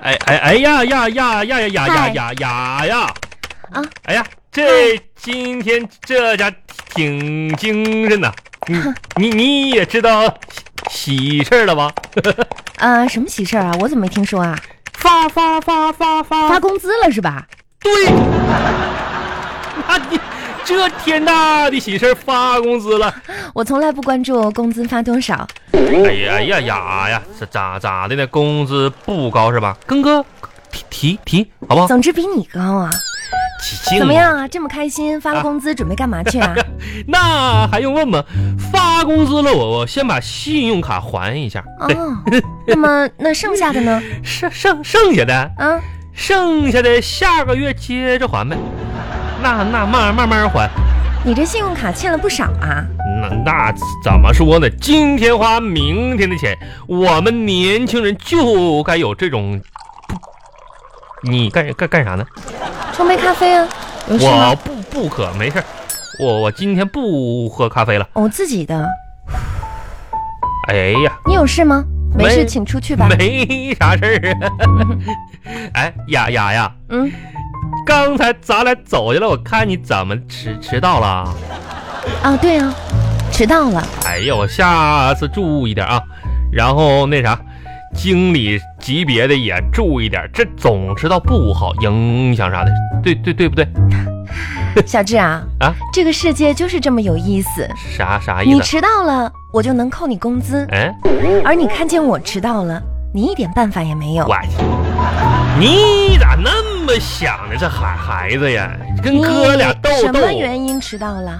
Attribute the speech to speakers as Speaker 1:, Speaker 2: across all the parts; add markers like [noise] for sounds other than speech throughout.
Speaker 1: 哎哎哎呀呀呀呀呀呀呀呀呀！
Speaker 2: 啊！
Speaker 1: 哎呀，这今天这家挺精神呐。你你你也知道喜事儿了吧？
Speaker 2: 呃，什么喜事儿啊？我怎么没听说啊？
Speaker 1: 发发发发
Speaker 2: 发
Speaker 1: 发！
Speaker 2: 工资了是吧？
Speaker 1: 对， [laughs] 那你这天大的喜事儿发工资了。
Speaker 2: 我从来不关注工资发多少。
Speaker 1: 哎呀哎呀呀呀，这咋咋的呢？工资不高是吧？跟哥提提提，好不好？
Speaker 2: 总之比你高啊！
Speaker 1: 起
Speaker 2: 怎么？样啊？这么开心，发了工资准备干嘛去啊？
Speaker 1: 那还用问吗？发工资了我，我先把信用卡还一下。对，
Speaker 2: 哦，那么那剩下的呢？
Speaker 1: 剩剩剩下的，
Speaker 2: 啊，
Speaker 1: 剩下的下个月接着还呗。那那慢慢慢还，
Speaker 2: 你这信用卡欠了不少啊！
Speaker 1: 那那怎么说呢？今天花明天的钱，我们年轻人就该有这种。不你干干干啥呢？
Speaker 2: 冲杯咖啡啊？有事吗
Speaker 1: 我？不不渴，没事儿。我我今天不喝咖啡了。
Speaker 2: 我哦自己的。
Speaker 1: 哎呀，
Speaker 2: 你有事吗？没事，
Speaker 1: 没
Speaker 2: 请出去吧。
Speaker 1: 没啥事儿啊。 [laughs] 哎，雅雅呀，
Speaker 2: 嗯，
Speaker 1: 刚才咱俩走下来，我看你怎么迟迟到了。
Speaker 2: 啊，对啊，迟到了。
Speaker 1: 哎呀，我下次注意点啊。然后那啥，经理级别的也注意点，这总迟到不好，影响啥的。对对对不对？
Speaker 2: 小智啊，
Speaker 1: 啊，
Speaker 2: 这个世界就是这么有意思。
Speaker 1: 啥啥意
Speaker 2: 你
Speaker 1: 思？
Speaker 2: 迟到了，我就能扣你工资；
Speaker 1: 嗯，
Speaker 2: 而你看见我迟到了，你一点办法也没有。
Speaker 1: 我，你咋那么想呢？这孩孩子呀，跟
Speaker 2: 你
Speaker 1: 哥俩斗
Speaker 2: 什
Speaker 1: 斗
Speaker 2: 么。原因迟到了？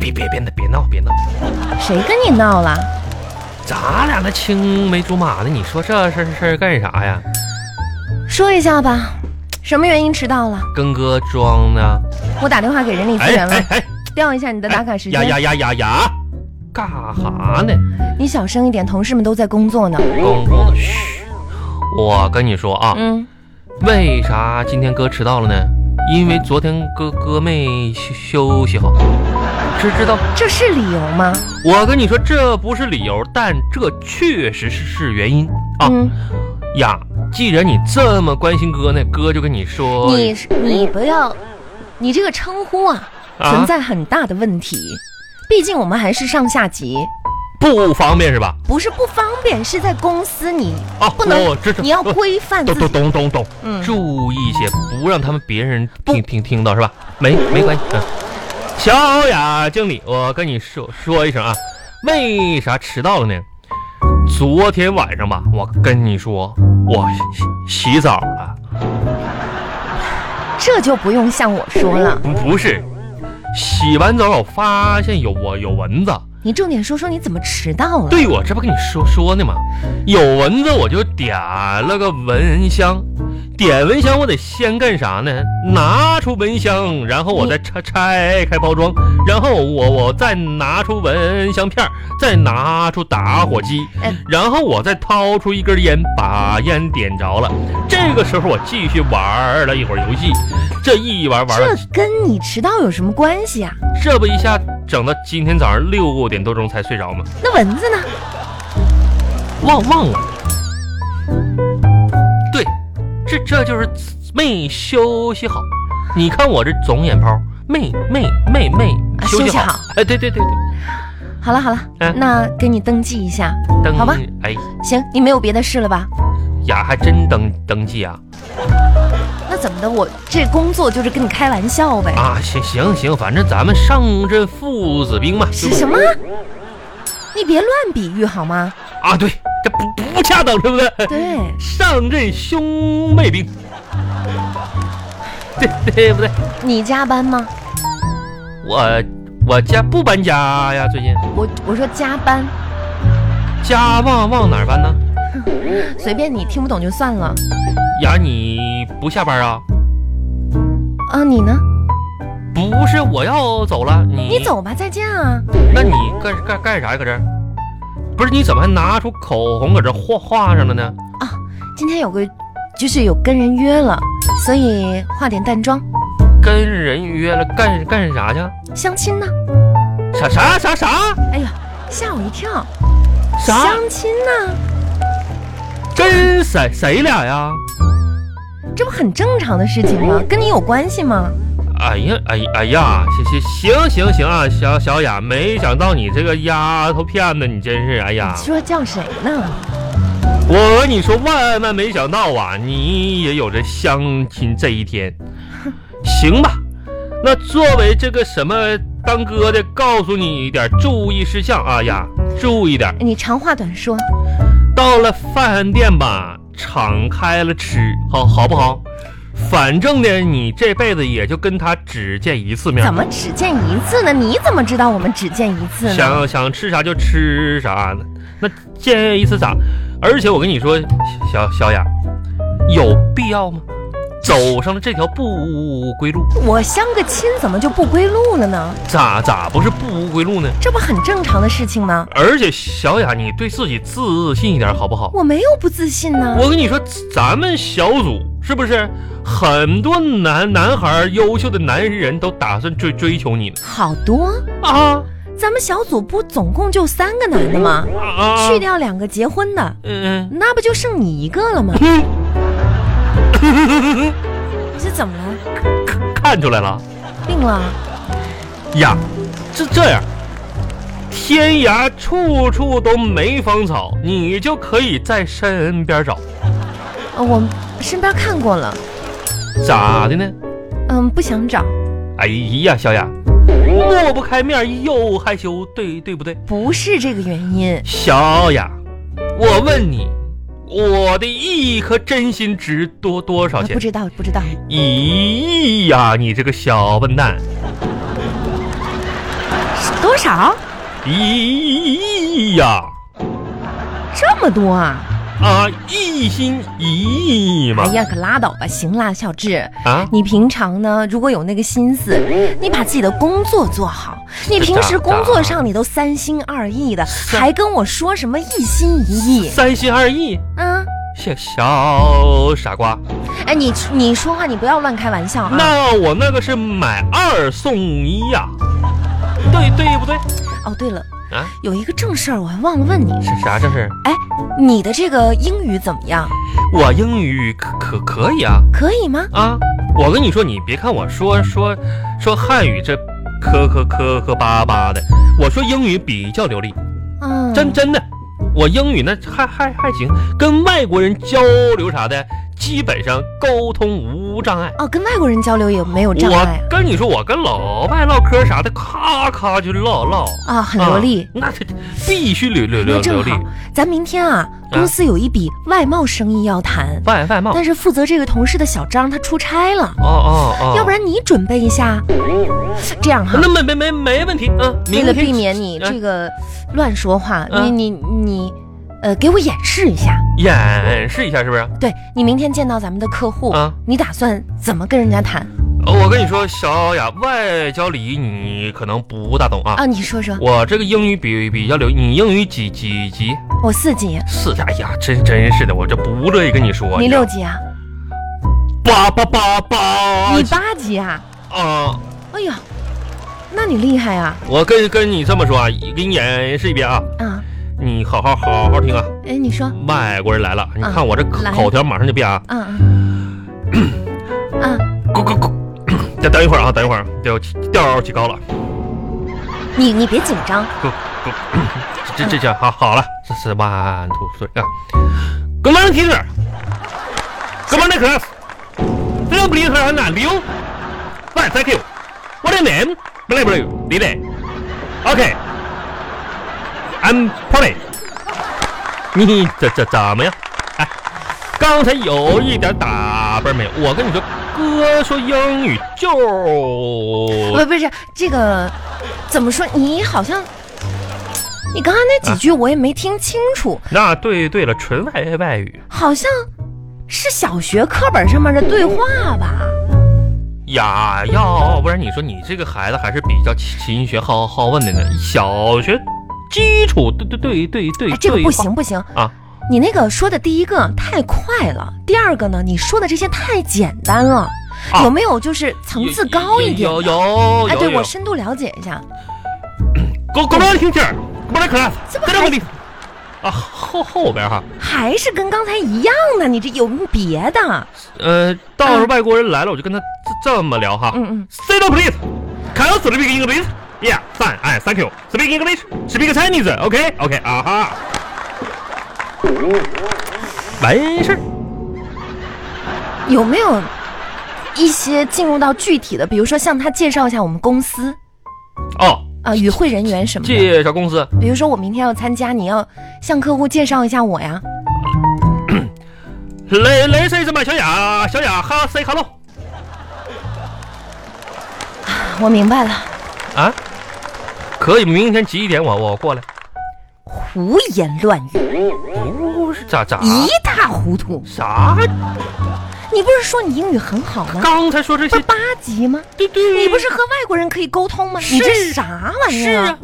Speaker 1: 别别别闹别闹别闹，
Speaker 2: 谁跟你闹了？
Speaker 1: 咱俩那青梅竹马的，你说这事儿事儿干啥呀？
Speaker 2: 说一下吧，什么原因迟到了？
Speaker 1: 跟哥装呢？
Speaker 2: 我打电话给人力资源了，
Speaker 1: 哎！
Speaker 2: 调一下你的打卡时
Speaker 1: 呀
Speaker 2: 间。
Speaker 1: 呀呀呀呀！干哈呢？
Speaker 2: 你小声一点，同事们都在工作呢。
Speaker 1: 公公，嘘！我跟你说啊，
Speaker 2: 哦嗯，
Speaker 1: 为啥今天哥迟到了呢？因为昨天哥哥妹休休息好，知知道？
Speaker 2: 这是理由吗？
Speaker 1: 我跟你说，这不是理由，但这确实是是原因啊、
Speaker 2: 嗯，
Speaker 1: 呀！既然你这么关心哥呢，哥就跟你说，
Speaker 2: 你你不要，你这个称呼啊，
Speaker 1: 啊
Speaker 2: 存在很大的问题。毕竟我们还是上下级，
Speaker 1: 不方便是吧？
Speaker 2: 不是不方便，是在公司你
Speaker 1: 啊，
Speaker 2: 不能
Speaker 1: 我知道
Speaker 2: 你要规范自
Speaker 1: 懂懂
Speaker 2: 己。
Speaker 1: 懂懂懂，
Speaker 2: 嗯
Speaker 1: 注意一些，不让他们别人听听听到是吧？没没关系。嗯，小雅经理，我跟你说说一声啊，为啥迟到了呢？昨天晚上吧，我跟你说，我洗洗澡啊了，
Speaker 2: 这就不用向我说了。
Speaker 1: 不不是，洗完澡我发现有我有蚊子，
Speaker 2: 你重点说说你怎么迟到了？
Speaker 1: 对我这不跟你说说呢吗？有蚊子我就点了个蚊香，点蚊香我得先干啥呢？拿出蚊香，然后我再拆拆开包装，然后我我再拿出蚊香片儿，再拿出打火机
Speaker 2: 哎，
Speaker 1: 然后我再掏出一根烟，把烟点着了。这个时候我继续玩了一会儿游戏，这一玩玩了
Speaker 2: 这跟你迟到有什么关系啊？
Speaker 1: 这不一下整到今天早上六点多钟才睡着吗？
Speaker 2: 那蚊子呢？
Speaker 1: 忘忘了。对，这这就是没休息好。你看我这肿眼泡，没没没没
Speaker 2: 啊
Speaker 1: 休息
Speaker 2: 休息
Speaker 1: 好。
Speaker 2: 好
Speaker 1: 哎，对对对对，
Speaker 2: 好了好了，
Speaker 1: 嗯
Speaker 2: 那给你登记一下。
Speaker 1: 登
Speaker 2: 好吧
Speaker 1: 哎
Speaker 2: 行，你没有别的事了吧？
Speaker 1: 呀，还真登登记啊
Speaker 2: 那怎么的？我这工作就是跟你开玩笑呗。
Speaker 1: 啊！行行行，反正咱们上阵父子兵嘛。
Speaker 2: 是
Speaker 1: 对吧
Speaker 2: 什么？你别乱比喻好吗？
Speaker 1: 啊？对，这不不恰当，对不对？
Speaker 2: 对，
Speaker 1: 上阵兄妹兵， [laughs] 对对不对？
Speaker 2: 你加班吗？
Speaker 1: 我我家不搬家呀，最近
Speaker 2: 我我说加班，
Speaker 1: 家往往哪儿搬呢？
Speaker 2: 随便你听不懂就算了。
Speaker 1: 呀，你不下班啊？
Speaker 2: 啊，你呢？
Speaker 1: 不是，我要走了。你
Speaker 2: 你？走吧，再见啊！
Speaker 1: 那你干干干啥呀？搁这儿？不是，你怎么还拿出口红搁这画画上了呢？
Speaker 2: 今天有个，就是有跟人约了，所以化点淡妆。
Speaker 1: 跟人约了干干啥去？
Speaker 2: 相亲呢？
Speaker 1: 啥啥啥啥
Speaker 2: 哎呀，吓我一跳！
Speaker 1: 啥？
Speaker 2: 相亲呢？
Speaker 1: 真谁谁俩呀？
Speaker 2: 这不很正常的事情吗？
Speaker 1: 嗯
Speaker 2: 跟你有关系吗？
Speaker 1: 哎呀，哎哎呀，行行行行行啊，小小雅，没想到你这个丫头片子，你真是，哎呀
Speaker 2: 你，说叫谁呢？
Speaker 1: 我跟你说，万万没想到啊，你也有着相亲这一天。行吧，那作为这个什么当哥的，告诉你一点注意事项啊呀，注意点。
Speaker 2: 你长话短说，
Speaker 1: 到了饭店吧，敞开了吃，好好不好？反正呢，你这辈子也就跟他只见一次面。
Speaker 2: 怎么只见一次呢？你怎么知道我们只见一次呢？
Speaker 1: 想想吃啥就吃啥呢，那见一次咋？而且我跟你说，小小雅，有必要吗？走上了这条不归路，
Speaker 2: 我相个亲怎么就不归路了呢？
Speaker 1: 咋咋不是不归路呢？
Speaker 2: 这不很正常的事情吗？
Speaker 1: 而且小雅，你对自己自信一点好不好？
Speaker 2: 我没有不自信呢。
Speaker 1: 我跟你说，咱们小组是不是很多男男孩儿、优秀的男人都打算追追求你呢？
Speaker 2: 好多，
Speaker 1: 啊
Speaker 2: 咱们小组不总共就三个男的吗？
Speaker 1: 啊啊！
Speaker 2: 去掉两个结婚的，
Speaker 1: 嗯，
Speaker 2: 那不就剩你一个
Speaker 1: [laughs]
Speaker 2: 了吗？
Speaker 1: 嗯
Speaker 2: 你是怎么了？
Speaker 1: 看出来了。
Speaker 2: 病了？
Speaker 1: 呀，是这样，天涯处处都没芳草，你就可以在身边找，
Speaker 2: 呃我身边看过了，
Speaker 1: 咋的呢？
Speaker 2: 嗯，不想找。
Speaker 1: 哎呀，小雅，抹不开面又害羞，对对不对？
Speaker 2: 不是这个原因，
Speaker 1: 小雅，我问你，我的一颗真心值多多少
Speaker 2: 啊
Speaker 1: 钱
Speaker 2: 不？知道，不知道。
Speaker 1: 一亿呀，你这个小笨蛋！
Speaker 2: 多少？
Speaker 1: 一亿哎呀，
Speaker 2: 这么多啊？
Speaker 1: 啊，一心一意嘛
Speaker 2: 哎，呀，可拉倒吧！行啦，小智，
Speaker 1: 啊。
Speaker 2: 你平常呢，如果有那个心思，你把自己的工作做好。你平时工作上你都三心二意的，还跟我说什么一心一意
Speaker 1: 三心二意，
Speaker 2: 啊？
Speaker 1: 小小傻瓜，
Speaker 2: 哎，你你说话你不要乱开玩笑啊！
Speaker 1: 那我那个是买二送一呀、对对不对？
Speaker 2: 哦，对了，
Speaker 1: 啊，
Speaker 2: 有一个正事儿我还忘了问你，
Speaker 1: 是啥这是？
Speaker 2: 哎，你的这个英语怎么样？
Speaker 1: 我英语可可可以啊
Speaker 2: 可以吗？
Speaker 1: 啊！我跟你说，你别看我说说说汉语这磕磕磕磕巴巴的，我说英语比较流利，
Speaker 2: 嗯，
Speaker 1: 真真的，我英语呢还还还行，跟外国人交流啥的，基本上沟通无障碍。
Speaker 2: 哦，跟外国人交流也没有障碍
Speaker 1: 我跟你说，我跟老外唠嗑啥的，咔咔就唠唠，
Speaker 2: 啊，很流利。
Speaker 1: 啊那这必须流流
Speaker 2: 那
Speaker 1: 流
Speaker 2: 正
Speaker 1: 流利
Speaker 2: 好。，咱明天啊，公司有一笔外贸生意要谈，
Speaker 1: 外外贸，哦
Speaker 2: 但是负责这个同事的小张他出差了，
Speaker 1: 哦哦，
Speaker 2: 要不然你准备一下。这样哈
Speaker 1: 那，没没没没问题啊。
Speaker 2: 为
Speaker 1: 明
Speaker 2: 了
Speaker 1: 天
Speaker 2: 避免你这个乱说话，
Speaker 1: 啊
Speaker 2: 你你你，呃，给我演示一下。
Speaker 1: 演示一下，是不是？
Speaker 2: 对你明天见到咱们的客户
Speaker 1: 啊，
Speaker 2: 你打算怎么跟人家谈
Speaker 1: 哦我跟你说，小雅，外交礼仪你可能不大懂啊。
Speaker 2: 啊？你说说，
Speaker 1: 我这个英语比比较流，你英语几几级？
Speaker 2: 我四级，
Speaker 1: 四级。哎呀，真真是的，我这不乐意跟你说。
Speaker 2: 你
Speaker 1: 知道
Speaker 2: 六级啊？
Speaker 1: 八八八八
Speaker 2: 你八级啊？
Speaker 1: 啊！
Speaker 2: 哎呀，那你厉害啊
Speaker 1: 我跟跟你这么说啊，给你演示一遍啊。
Speaker 2: 啊！
Speaker 1: 你好好好好听啊！
Speaker 2: 哎，你说
Speaker 1: 外国人来了，你
Speaker 2: 啊
Speaker 1: 看我这口
Speaker 2: 来
Speaker 1: 口条马上就变啊！ [clears throat]
Speaker 2: 啊啊啊！
Speaker 1: 咕咕 [coughs] 咕！再等一会儿啊，等一会儿，调调起高了，
Speaker 2: 你你别紧张，
Speaker 1: 这这这好好了，这是 one two three 啊！Good morning, teacher. Good morning, class. I don't believe her. I'm not you. Why? Thank you. What is your name? Blah blah. Lily. Okay. I'm Polly. 你这这怎么样？哎，刚才有一点打扮没有？我跟你说，哥说英语就
Speaker 2: [laughs] 不不是这个，怎么说？你好像，你刚刚那几
Speaker 1: 啊
Speaker 2: 句我也没听清楚，
Speaker 1: 那对对了，纯外外语
Speaker 2: 好像是小学课本上面的对话吧？
Speaker 1: 呀，要不然你说你这个孩子还是比较勤勤学好好问的呢。小学基础对对对对对，
Speaker 2: 哎，这个
Speaker 1: 对
Speaker 2: 不
Speaker 1: 话
Speaker 2: 行不行
Speaker 1: 啊！
Speaker 2: 你那个说的第一个太快了，第二个呢，你说的这些太简单了，
Speaker 1: 啊
Speaker 2: 有没有就是层
Speaker 1: 有
Speaker 2: 次高一点
Speaker 1: 有
Speaker 2: 的？
Speaker 1: 有有，
Speaker 2: 哎，对
Speaker 1: 有
Speaker 2: 我深度了解一下，
Speaker 1: 狗狗来听听，过来 class，
Speaker 2: 这不
Speaker 1: 在这
Speaker 2: 还
Speaker 1: 里，啊，后后边哈，
Speaker 2: 还是跟刚才一样呢？你这有没有别的？
Speaker 1: 呃，到时候外国人来了，我就跟他这这么聊哈。
Speaker 2: 嗯嗯
Speaker 1: Sit down, please. Can you speak English? Yeah, fine. I thank you. Speak English. Speak Chinese. OK, OK. 啊哈，完事儿。
Speaker 2: 有没有一些进入到具体的，比如说向他介绍一下我们公司
Speaker 1: 哦，
Speaker 2: 啊、与会人员什么的？
Speaker 1: 介绍公司。
Speaker 2: 比如说我明天要参加，你要向客户介绍一下我呀。
Speaker 1: 雷雷谁什么？小雅，小雅哈 say hello
Speaker 2: 我明白了，
Speaker 1: 啊？可以，明天几点我我过来？
Speaker 2: 胡言乱语，
Speaker 1: 不哦是咋咋
Speaker 2: 一塌糊涂。
Speaker 1: 啥？
Speaker 2: 你不是说你英语很好吗？
Speaker 1: 刚才说这嗯
Speaker 2: 不
Speaker 1: 些
Speaker 2: 是，八级吗？
Speaker 1: 对对，
Speaker 2: 你不是和外国人可以沟通吗？你这啥玩
Speaker 1: 啊
Speaker 2: 意
Speaker 1: 是
Speaker 2: 儿
Speaker 1: 啊？，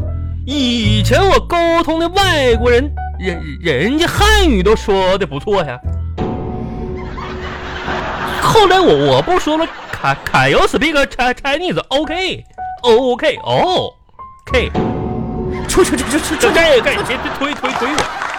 Speaker 1: 以前我沟通的外国人，人人家汉语都说的不错呀。后来我我不说了，凯凯有 speak Chi- Chinese，OK OK 哦，K
Speaker 2: 出出出出出
Speaker 1: 这
Speaker 2: 出！
Speaker 1: 这个你别推推推我，